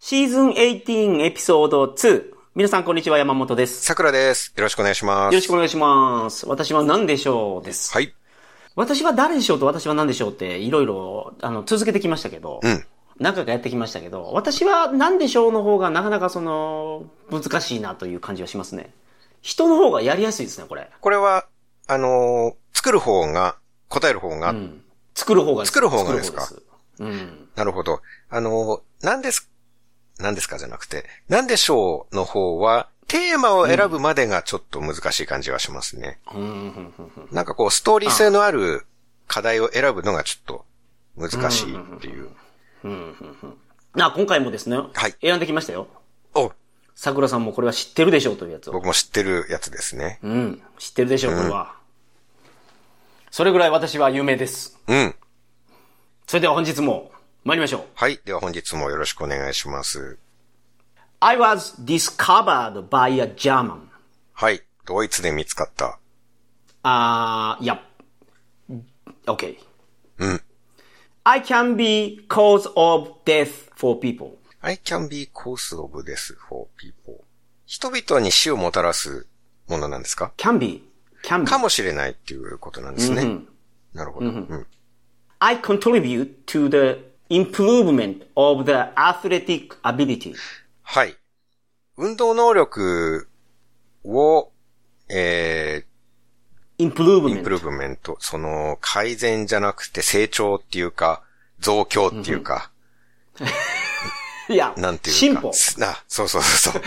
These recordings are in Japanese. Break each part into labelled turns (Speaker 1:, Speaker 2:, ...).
Speaker 1: シーズン18エピソード2。皆さんこんにちは、山本です。
Speaker 2: 桜です。よろしくお願いしま
Speaker 1: よ
Speaker 2: す。
Speaker 1: ろしくお願いします。私は何でしょうです。
Speaker 2: はい。
Speaker 1: 私は誰でしょうと私は何でしょうっていろいろ、あの、続けてきましたけど、
Speaker 2: うん。
Speaker 1: 何回かやってきましたけど、私は何でしょうの方がなかなかその、難しいなという感じはしますね。人の方がやりやすいですね、これ。
Speaker 2: これは、あのー作る方が、答える方が、
Speaker 1: うん。作る方が
Speaker 2: 作る方がですか
Speaker 1: 作る方ですうん。
Speaker 2: なるほど。あのーなんです、なんですかじゃなくて、なんでしょうの方は、テーマを選ぶまでがちょっと難しい感じはしますね。
Speaker 1: うんうんうんうん
Speaker 2: なんかこう、ストーリー性のある課題を選ぶのがちょっと難しいっていう。
Speaker 1: なあ、今回もですね、
Speaker 2: はい
Speaker 1: 選んできましたよ。
Speaker 2: お、
Speaker 1: 桜さんもこれは知ってるでしょうというやつを。
Speaker 2: 僕も知ってるやつですね。
Speaker 1: うん。知ってるでしょう、これは。それぐらい私は有名です。
Speaker 2: うん。
Speaker 1: それでは本日も参りましょう。
Speaker 2: はい。では本日もよろしくお願いします。
Speaker 1: I was discovered by a German.
Speaker 2: はい。ドイツで見つかった。
Speaker 1: Ah, yep. Okay.
Speaker 2: うん。
Speaker 1: I can be cause of death for people.
Speaker 2: I can be cause of death for people. 人々に死をもたらすものなんですか
Speaker 1: Can be. Can be.
Speaker 2: かもしれないっていうことなんですね。なるほど、うん。
Speaker 1: I contribute to the improvement of the athletic ability.
Speaker 2: はい。運動能力を、えー、イン
Speaker 1: Improvement.
Speaker 2: プルーブメント、その改善じゃなくて成長っていうか、増強っていうか、
Speaker 1: いや、
Speaker 2: なんていうか。
Speaker 1: 進歩。
Speaker 2: すな、そうそうそうそう。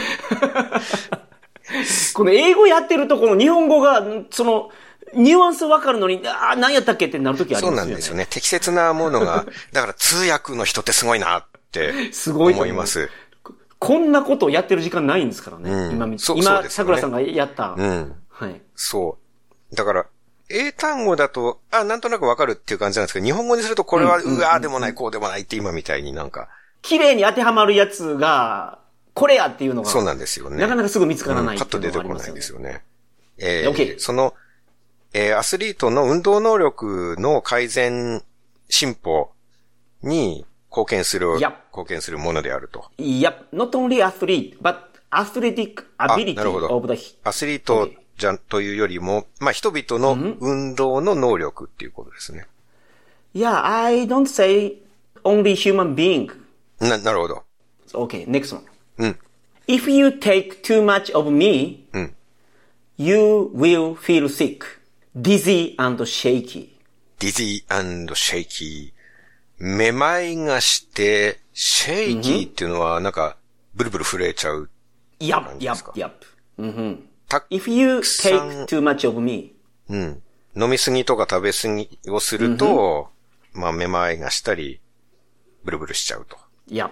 Speaker 1: この英語やってると、この日本語が、んその、ニュアンスわかるのに、ああ、何やったっけってなるときあり
Speaker 2: そう
Speaker 1: ま
Speaker 2: な
Speaker 1: す
Speaker 2: ん
Speaker 1: よね。
Speaker 2: ですよね。適切なもの が、だから通訳の人ってすごいなって、
Speaker 1: すごいと思
Speaker 2: 思
Speaker 1: う
Speaker 2: います。
Speaker 1: こんなことをやってる時間ないんですからね。
Speaker 2: うん
Speaker 1: 今み、
Speaker 2: そうそう
Speaker 1: 今、
Speaker 2: ですよね
Speaker 1: 桜さんがやった。
Speaker 2: うん。
Speaker 1: はい。
Speaker 2: そう。だから、英単語だと、あ、なんとなくわかるっていう感じなんですけど、日本語にするとこれは、うわーでもない、こうでもないって今みたいになんか、
Speaker 1: 綺麗に当てはまるやつが、これやっていうのが、
Speaker 2: そうなんですよね。
Speaker 1: なかなかすぐ見つから
Speaker 2: うん
Speaker 1: な
Speaker 2: パ
Speaker 1: い
Speaker 2: ッと出てこないんですよね。えー
Speaker 1: OK
Speaker 2: その、えーアスリートの運動能力の改善、進歩に貢献する、
Speaker 1: いや
Speaker 2: 貢献するものであると。
Speaker 1: いや、not only athlete, but athletic
Speaker 2: あ
Speaker 1: ability
Speaker 2: なるほど
Speaker 1: of the
Speaker 2: アスリートじゃん、というよりも、まあ、人々の運動の能力っていうことですね。
Speaker 1: Yeah, I don't say only human being.
Speaker 2: な、なるほど。
Speaker 1: Okay, next one.
Speaker 2: うん。
Speaker 1: If you take too much of me, you will feel sick, dizzy and shaky.
Speaker 2: ディズーシェイキー。めまいがして、シェイキーっていうのは、なんか、ブルブル震えちゃう。
Speaker 1: Yup, yup,
Speaker 2: 何ですか？
Speaker 1: yup.
Speaker 2: た、
Speaker 1: If you
Speaker 2: たくさん
Speaker 1: take
Speaker 2: -
Speaker 1: too much of me,
Speaker 2: うん。飲みすぎとか食べすぎをすると、まあ、めまいがしたり、ブルブルしちゃうと。
Speaker 1: yup.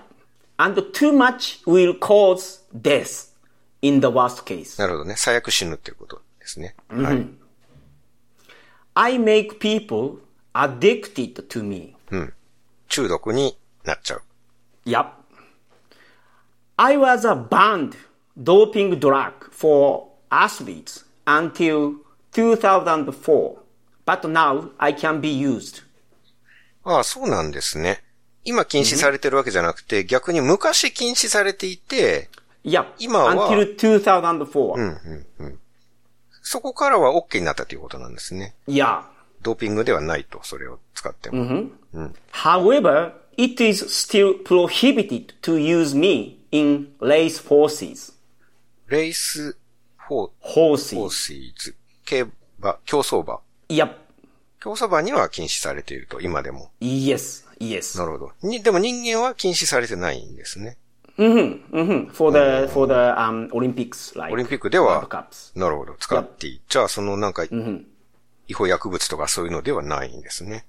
Speaker 1: And too much will cause death in the worst case.
Speaker 2: なるほどね。最悪死ぬっていうことですね。はい。
Speaker 1: I make people addicted to me.
Speaker 2: 中毒になっちゃう。
Speaker 1: Yup. I was a banned doping drug for athletes until 2004, but now I can be used.
Speaker 2: ああ、そうなんですね。今禁止されてるわけじゃなくて、逆に昔禁止されていて、
Speaker 1: Yup.
Speaker 2: 今は-
Speaker 1: until 2004.
Speaker 2: そこからは OK になったということなんですね。
Speaker 1: Yeah.
Speaker 2: ドーピングではないと、それを使っても。
Speaker 1: However, it is still prohibited to use me in race horses.
Speaker 2: レース、フォー、
Speaker 1: Horses.
Speaker 2: ホーシーズ、競馬、競走馬。
Speaker 1: Yup.
Speaker 2: 競走馬には禁止されていると、今でも。
Speaker 1: Yes. Yes.
Speaker 2: なるほど。に、でも人間は禁止されてないんですね。
Speaker 1: hmm For the for the um Olympics, like
Speaker 2: オリンピックで
Speaker 1: World
Speaker 2: は、
Speaker 1: Cups.
Speaker 2: なるほど、使っていい。じゃあ、そのなんか、違法薬物とかそういうのではないんですね。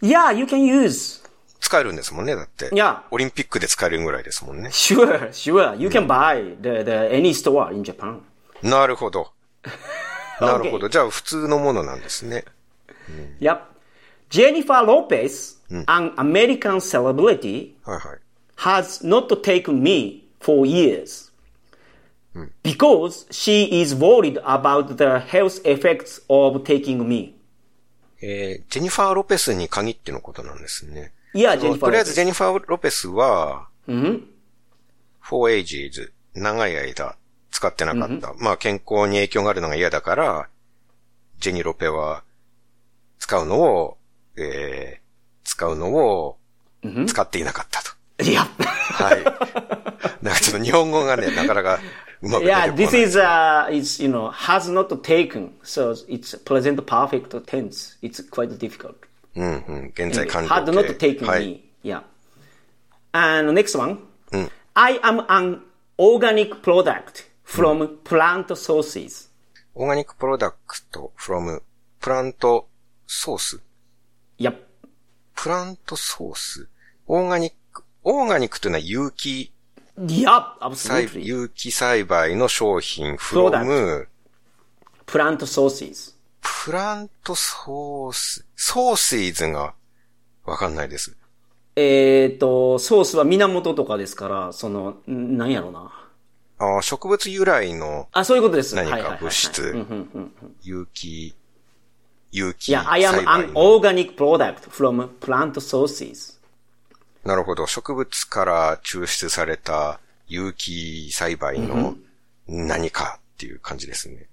Speaker 1: Yeah, you can use.
Speaker 2: 使えるんですもんね、だって。
Speaker 1: いや
Speaker 2: オリンピックで使えるぐらいですもんね。
Speaker 1: Sure, sure. You can buy the, the any store in Japan.
Speaker 2: なるほど。なるほど。じゃあ、普通のものなんですね。
Speaker 1: Yep. Jennifer Lopez, an American celebrity,
Speaker 2: はいはい。
Speaker 1: has not taken me for years because she is worried about the health effects of taking me.
Speaker 2: えー、ジェニファー・ロペスに限ってのことなんですね。
Speaker 1: Yeah,
Speaker 2: と
Speaker 1: Jennifer.
Speaker 2: りあえず、
Speaker 1: Lopez.
Speaker 2: ジェニファー・ロペスは、 for ages 長い間使ってなかった。まあ健康に影響があるのが嫌だから、ジェニーロペは使うのを、えー、使うのを使っていなかったと。
Speaker 1: Yeah.
Speaker 2: はい。なんかちょっと日本語がね、なかなかうまく出てこな
Speaker 1: yeah,
Speaker 2: い。
Speaker 1: this is, uh, it's, you know, has not taken. So it's present perfect tense. It's quite difficult.
Speaker 2: うんうん。現在完
Speaker 1: Had
Speaker 2: 了
Speaker 1: not
Speaker 2: 形
Speaker 1: taken
Speaker 2: はい
Speaker 1: me. Yeah. And next one. I am an organic product from plant sources.
Speaker 2: オーガニックプロダクト from プラントソース。
Speaker 1: Yep.
Speaker 2: プラントソース。オーガニック、オーガニックというのは有機
Speaker 1: Yep,
Speaker 2: 栽、
Speaker 1: absolutely.
Speaker 2: 有機栽培の商品
Speaker 1: そうだ
Speaker 2: from
Speaker 1: Plant sources.
Speaker 2: プラントソース、ソースイズがわかんないです。
Speaker 1: えっ、と、ソースは源とかですから、その、んなんやろな。
Speaker 2: あー植物由来の
Speaker 1: あ、そういうことです。
Speaker 2: 何
Speaker 1: はいはいは
Speaker 2: か
Speaker 1: いはい
Speaker 2: 物質。有機、有機
Speaker 1: いや、I
Speaker 2: 栽
Speaker 1: am
Speaker 2: 培
Speaker 1: an
Speaker 2: の。
Speaker 1: organic product from plant sources.
Speaker 2: なるほど。植物から抽出された有機栽培の何かっていう感じですね。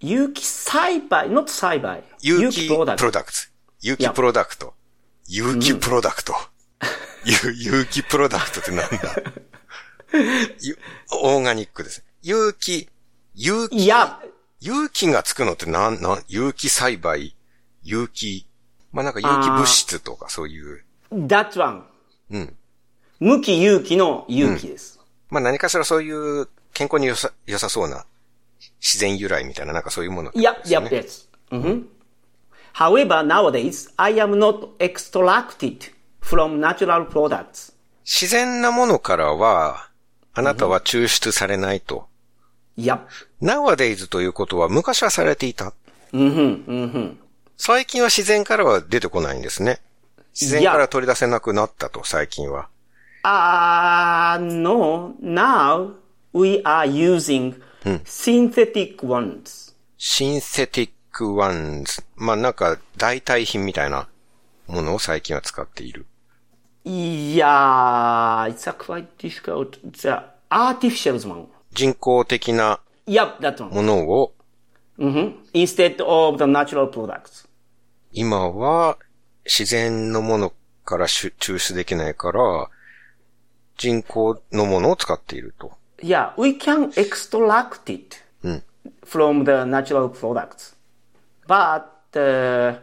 Speaker 1: 有機栽培、not 栽培。
Speaker 2: 有機プロダ
Speaker 1: product
Speaker 2: クト。有機プロダクト。有機プロダクト。有 有機プロダクトってなんだ ゆオーガニックです。有機、有機、
Speaker 1: いや、
Speaker 2: 有機がつくのってなん、なん、有機栽培、有機、まあ、なんか有機物質とかそういう、
Speaker 1: that one. 無機有機の有機です。
Speaker 2: まあ、何かしらそういう健康に良さ、良さそうな自然由来みたいな、なんかそういうものってこと
Speaker 1: Yep,
Speaker 2: ですよ
Speaker 1: yep,
Speaker 2: ね。
Speaker 1: yes. Mhm. However, nowadays, I am not extracted from natural products.
Speaker 2: 自然なものからは、あなたは抽出されないと。
Speaker 1: Yep.
Speaker 2: nowadays ということは昔はされていた。最近は自然からは出てこないんですね。自然から取り出せなくなったと、最近は。
Speaker 1: Ah, no. Now, we are using synthetic ones.
Speaker 2: シンセティックワンズ。まあ、なんか、代替品みたいなものを最近は使っている。
Speaker 1: Yeah, it's a quite difficult. It's a artificial one.
Speaker 2: 人工的な
Speaker 1: Yep, that one.
Speaker 2: ものを、
Speaker 1: hmm Instead of the natural products.
Speaker 2: 今は自然のものからしゅ抽出できないから、人工のものを使っていると。
Speaker 1: Yeah, we can extract it from the natural products. But the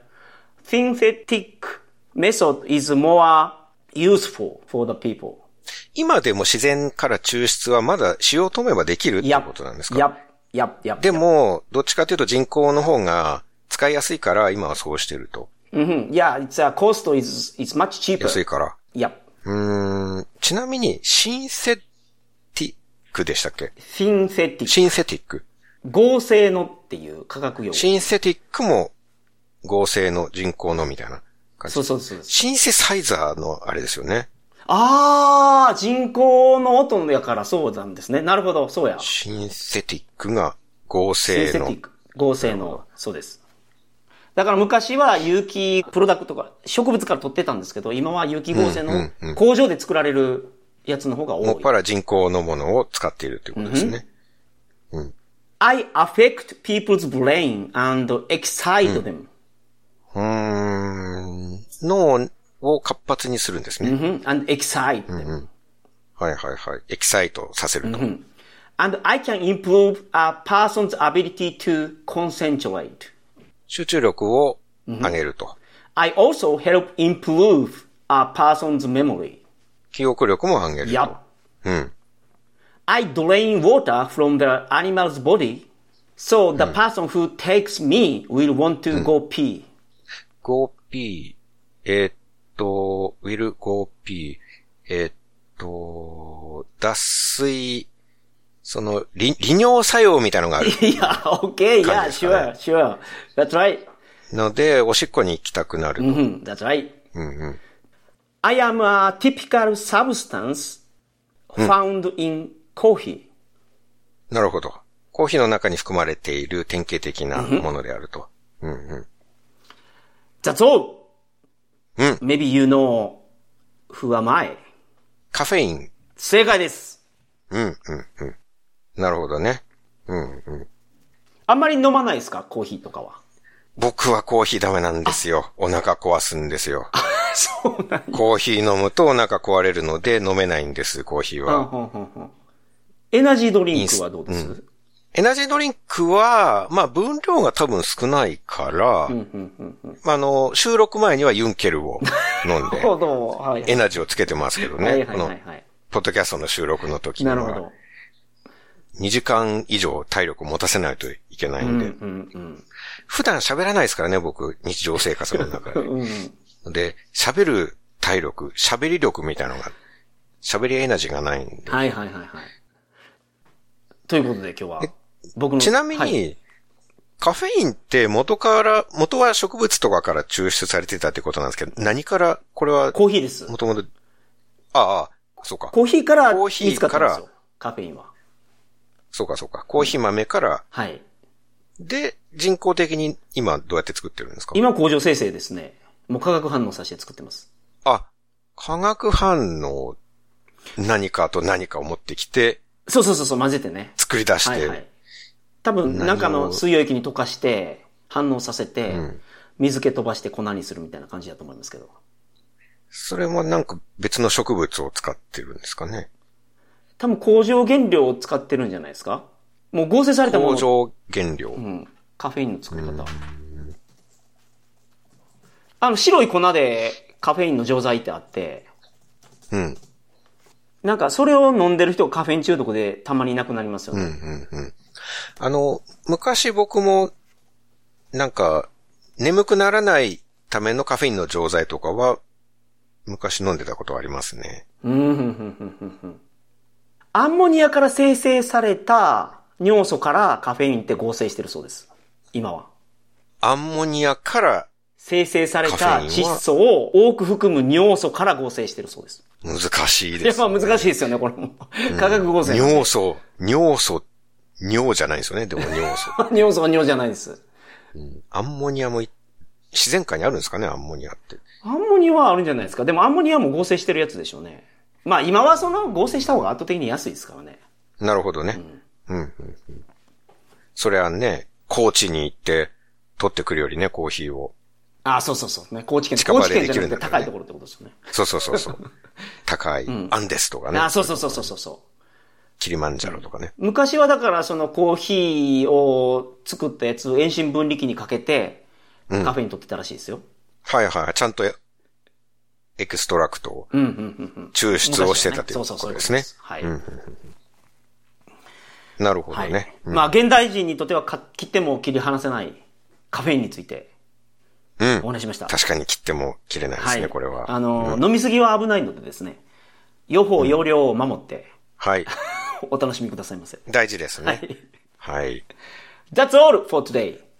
Speaker 1: synthetic method is more useful for the people.
Speaker 2: 今でも自然から抽出はまだ使用止めばできるっていうことなんですか
Speaker 1: Yep, yep, yep.
Speaker 2: でも、どっちかというと人口の方が使いやすいから今はそうしてると。
Speaker 1: hmm Yeah, it's a cost is it's much cheaper.
Speaker 2: 安いから。
Speaker 1: Yep.
Speaker 2: うーん、ちなみに、シンセティックでしたっけ
Speaker 1: synthetic.
Speaker 2: シンセティック。
Speaker 1: 合成のっていう価格用語。
Speaker 2: シンセティックも合成の人工のみたいな感じ。
Speaker 1: そうそうそうです。
Speaker 2: シンセサイザーのあれですよね。
Speaker 1: ああ、人工の音やからそうなんですね。なるほど、そうや。シ
Speaker 2: シンセティックが合
Speaker 1: ン
Speaker 2: 成
Speaker 1: セテ
Speaker 2: の。
Speaker 1: ィック。合成の、そうです。だから昔は有機プロダクトとか植物から取ってたんですけど、今は有機合成の工場で作られるやつの方が
Speaker 2: も
Speaker 1: 多
Speaker 2: っ
Speaker 1: い
Speaker 2: ぱ。ら人工のものを使っているということですね。
Speaker 1: I affect people's brain and excite them.
Speaker 2: うーん。脳を活発にするんですね。
Speaker 1: Mhm. And excite them.
Speaker 2: はいはいはい。エキサイトさせると。
Speaker 1: And I can improve a person's ability to concentrate.
Speaker 2: 集中力を上げると。
Speaker 1: I also help improve a person's memory.
Speaker 2: 記憶力も上げると。
Speaker 1: Yup. I drain water from the animal's body, so the person who takes me will want to go pee.
Speaker 2: 5P、えーっと、will 5P、えーっと、脱水、その、利利尿作用みたいなのがある
Speaker 1: yeah, okay, yeah,
Speaker 2: 感じですかね。
Speaker 1: sure, sure. That's right.
Speaker 2: ので、おしっこに行きたくなると。
Speaker 1: Mhm, that's right. I am a typical substance found in coffee.
Speaker 2: なるほど。コーヒーの中に含まれている典型的なものであると。
Speaker 1: That's all.
Speaker 2: Mm.
Speaker 1: Maybe you know who am I.
Speaker 2: カフェイン。
Speaker 1: 正解です。
Speaker 2: うん、うん、うん。なるほどね。うん、うん。
Speaker 1: あんまり飲まないですかコーヒーとかは。
Speaker 2: 僕はコーヒーダメなんですよ。お腹壊すんですよ。
Speaker 1: そうなんや
Speaker 2: コーヒー飲むとお腹壊れるので飲めないんです、コーヒー
Speaker 1: う
Speaker 2: は。
Speaker 1: んうんうんうんエナジードリンクはどうです
Speaker 2: エナジードリンクは、まあ分量が多分少ないから、
Speaker 1: うんうんうんうん。
Speaker 2: あの、収録前にはユンケルを飲ん
Speaker 1: なる
Speaker 2: で、
Speaker 1: ほど。はい。
Speaker 2: エナジーをつけてますけどね。
Speaker 1: はいはい
Speaker 2: こ
Speaker 1: は
Speaker 2: の
Speaker 1: いはい。
Speaker 2: ポッドキャストの収録の時に
Speaker 1: なるほ
Speaker 2: は、
Speaker 1: ど。
Speaker 2: 2時間以上体力を持たせないといけない
Speaker 1: うんん
Speaker 2: で、
Speaker 1: うん
Speaker 2: 普段喋らないですからね、僕、日常生活の中
Speaker 1: うん。うん
Speaker 2: で。で、喋る体力、喋り力みたいなのが、喋りエナジーがないんで。
Speaker 1: はいはいはいはい。ということで今日は、僕の。
Speaker 2: ちなみに、
Speaker 1: はい
Speaker 2: カフェインって元から、元は植物とかから抽出されてたってことなんですけど、何から、これは、
Speaker 1: コーヒーです。
Speaker 2: もともと、ああ、そうか、
Speaker 1: コーヒーから
Speaker 2: コー
Speaker 1: 見
Speaker 2: ヒー
Speaker 1: つかったんです
Speaker 2: か
Speaker 1: よ。カフェインは。
Speaker 2: そうか、そうか、コーヒー豆から、
Speaker 1: はい。
Speaker 2: で、人工的に今どうやって作ってるんですか
Speaker 1: 今工場生成ですね。もう化学反応させて作ってます。
Speaker 2: あ、化学反応、何かと何かを持ってきて、
Speaker 1: そうそうそうそう、混ぜてね。
Speaker 2: 作り出して、
Speaker 1: はいはい。多分、
Speaker 2: 何を
Speaker 1: 中の水溶液に溶かして、反応させて、
Speaker 2: ん
Speaker 1: 水気飛ばして粉にするみたいな感じだと思いますけど。
Speaker 2: それもなんか別の植物を使ってるんですかね。
Speaker 1: 多分工場原料を使ってるんじゃないですかもう合成されたも
Speaker 2: 工
Speaker 1: の。
Speaker 2: 場原料。
Speaker 1: うん。カフェインの作り方は。あの、白い粉でカフェインの錠剤ってあって、
Speaker 2: うん、
Speaker 1: なんかそれを飲んでる人がカフェイン中毒でたまにいなくなりますよね。
Speaker 2: うんうんうん。あの、昔僕も、なんか、眠くならないためのカフェインの錠剤とかは、昔飲んでたことありますね。
Speaker 1: うん、うん、うん、うんうん、うん。アンモニアから生成された尿素からカフェインって合成してるそうです。今は。
Speaker 2: アンモニアから
Speaker 1: 生成され
Speaker 2: カ
Speaker 1: た
Speaker 2: フェインは
Speaker 1: 窒素を多く含む尿素から合成してるそうです。
Speaker 2: 難しい
Speaker 1: いや
Speaker 2: で、す、
Speaker 1: まあ難
Speaker 2: し
Speaker 1: しいですよね、これも。化学合成。
Speaker 2: 尿素、尿素、尿じゃないですよね、でも尿 素。
Speaker 1: 尿素は尿じゃないです。
Speaker 2: アンモニアもい、自然界にあるんですかね、アンモニアって。
Speaker 1: アンモニアはあるんじゃないですか。でもアンモニアも合成してるやつでしょうね。まあ今はその合成した方が圧倒的に安いですからね。
Speaker 2: なるほどね。うん、うん、うん。それはね、高知に行って、取ってくるよりね、コーヒーを。
Speaker 1: あそうそうそう。ね、高知県。
Speaker 2: 近場
Speaker 1: 高
Speaker 2: で
Speaker 1: 知県じゃな
Speaker 2: でき
Speaker 1: く
Speaker 2: るん
Speaker 1: て
Speaker 2: だ
Speaker 1: 高い
Speaker 2: けどね
Speaker 1: ところってことですよね。
Speaker 2: そうそうそうそう。高い、アンデスとかね。
Speaker 1: あそうそうそうそうそうそ
Speaker 2: キリマンジャロとかね。
Speaker 1: う。昔はだからそのコーヒーを作ったやつを遠心分離機にかけて、カフェイン取ってたらしいですよ。
Speaker 2: はいはい。ちゃんと、エクストラクトを、
Speaker 1: うん、うん、うんうん。
Speaker 2: 抽出をしてたとい
Speaker 1: 昔
Speaker 2: う
Speaker 1: はね
Speaker 2: ことですね。
Speaker 1: そうそうそういうことですはい。
Speaker 2: なるほど
Speaker 1: はい。
Speaker 2: ね。うん
Speaker 1: まあ、現代人にとってはか切っても切り離せないカフェインについて
Speaker 2: うん
Speaker 1: お。話ししました。
Speaker 2: 確かに切っても切れないですね、これは。
Speaker 1: あの、飲みすぎは危ないのでですね、予報、容量を守って、
Speaker 2: はい。
Speaker 1: お楽しみくださいませ。
Speaker 2: 大事です
Speaker 1: は
Speaker 2: ね。
Speaker 1: い。
Speaker 2: はい。
Speaker 1: That's all for today.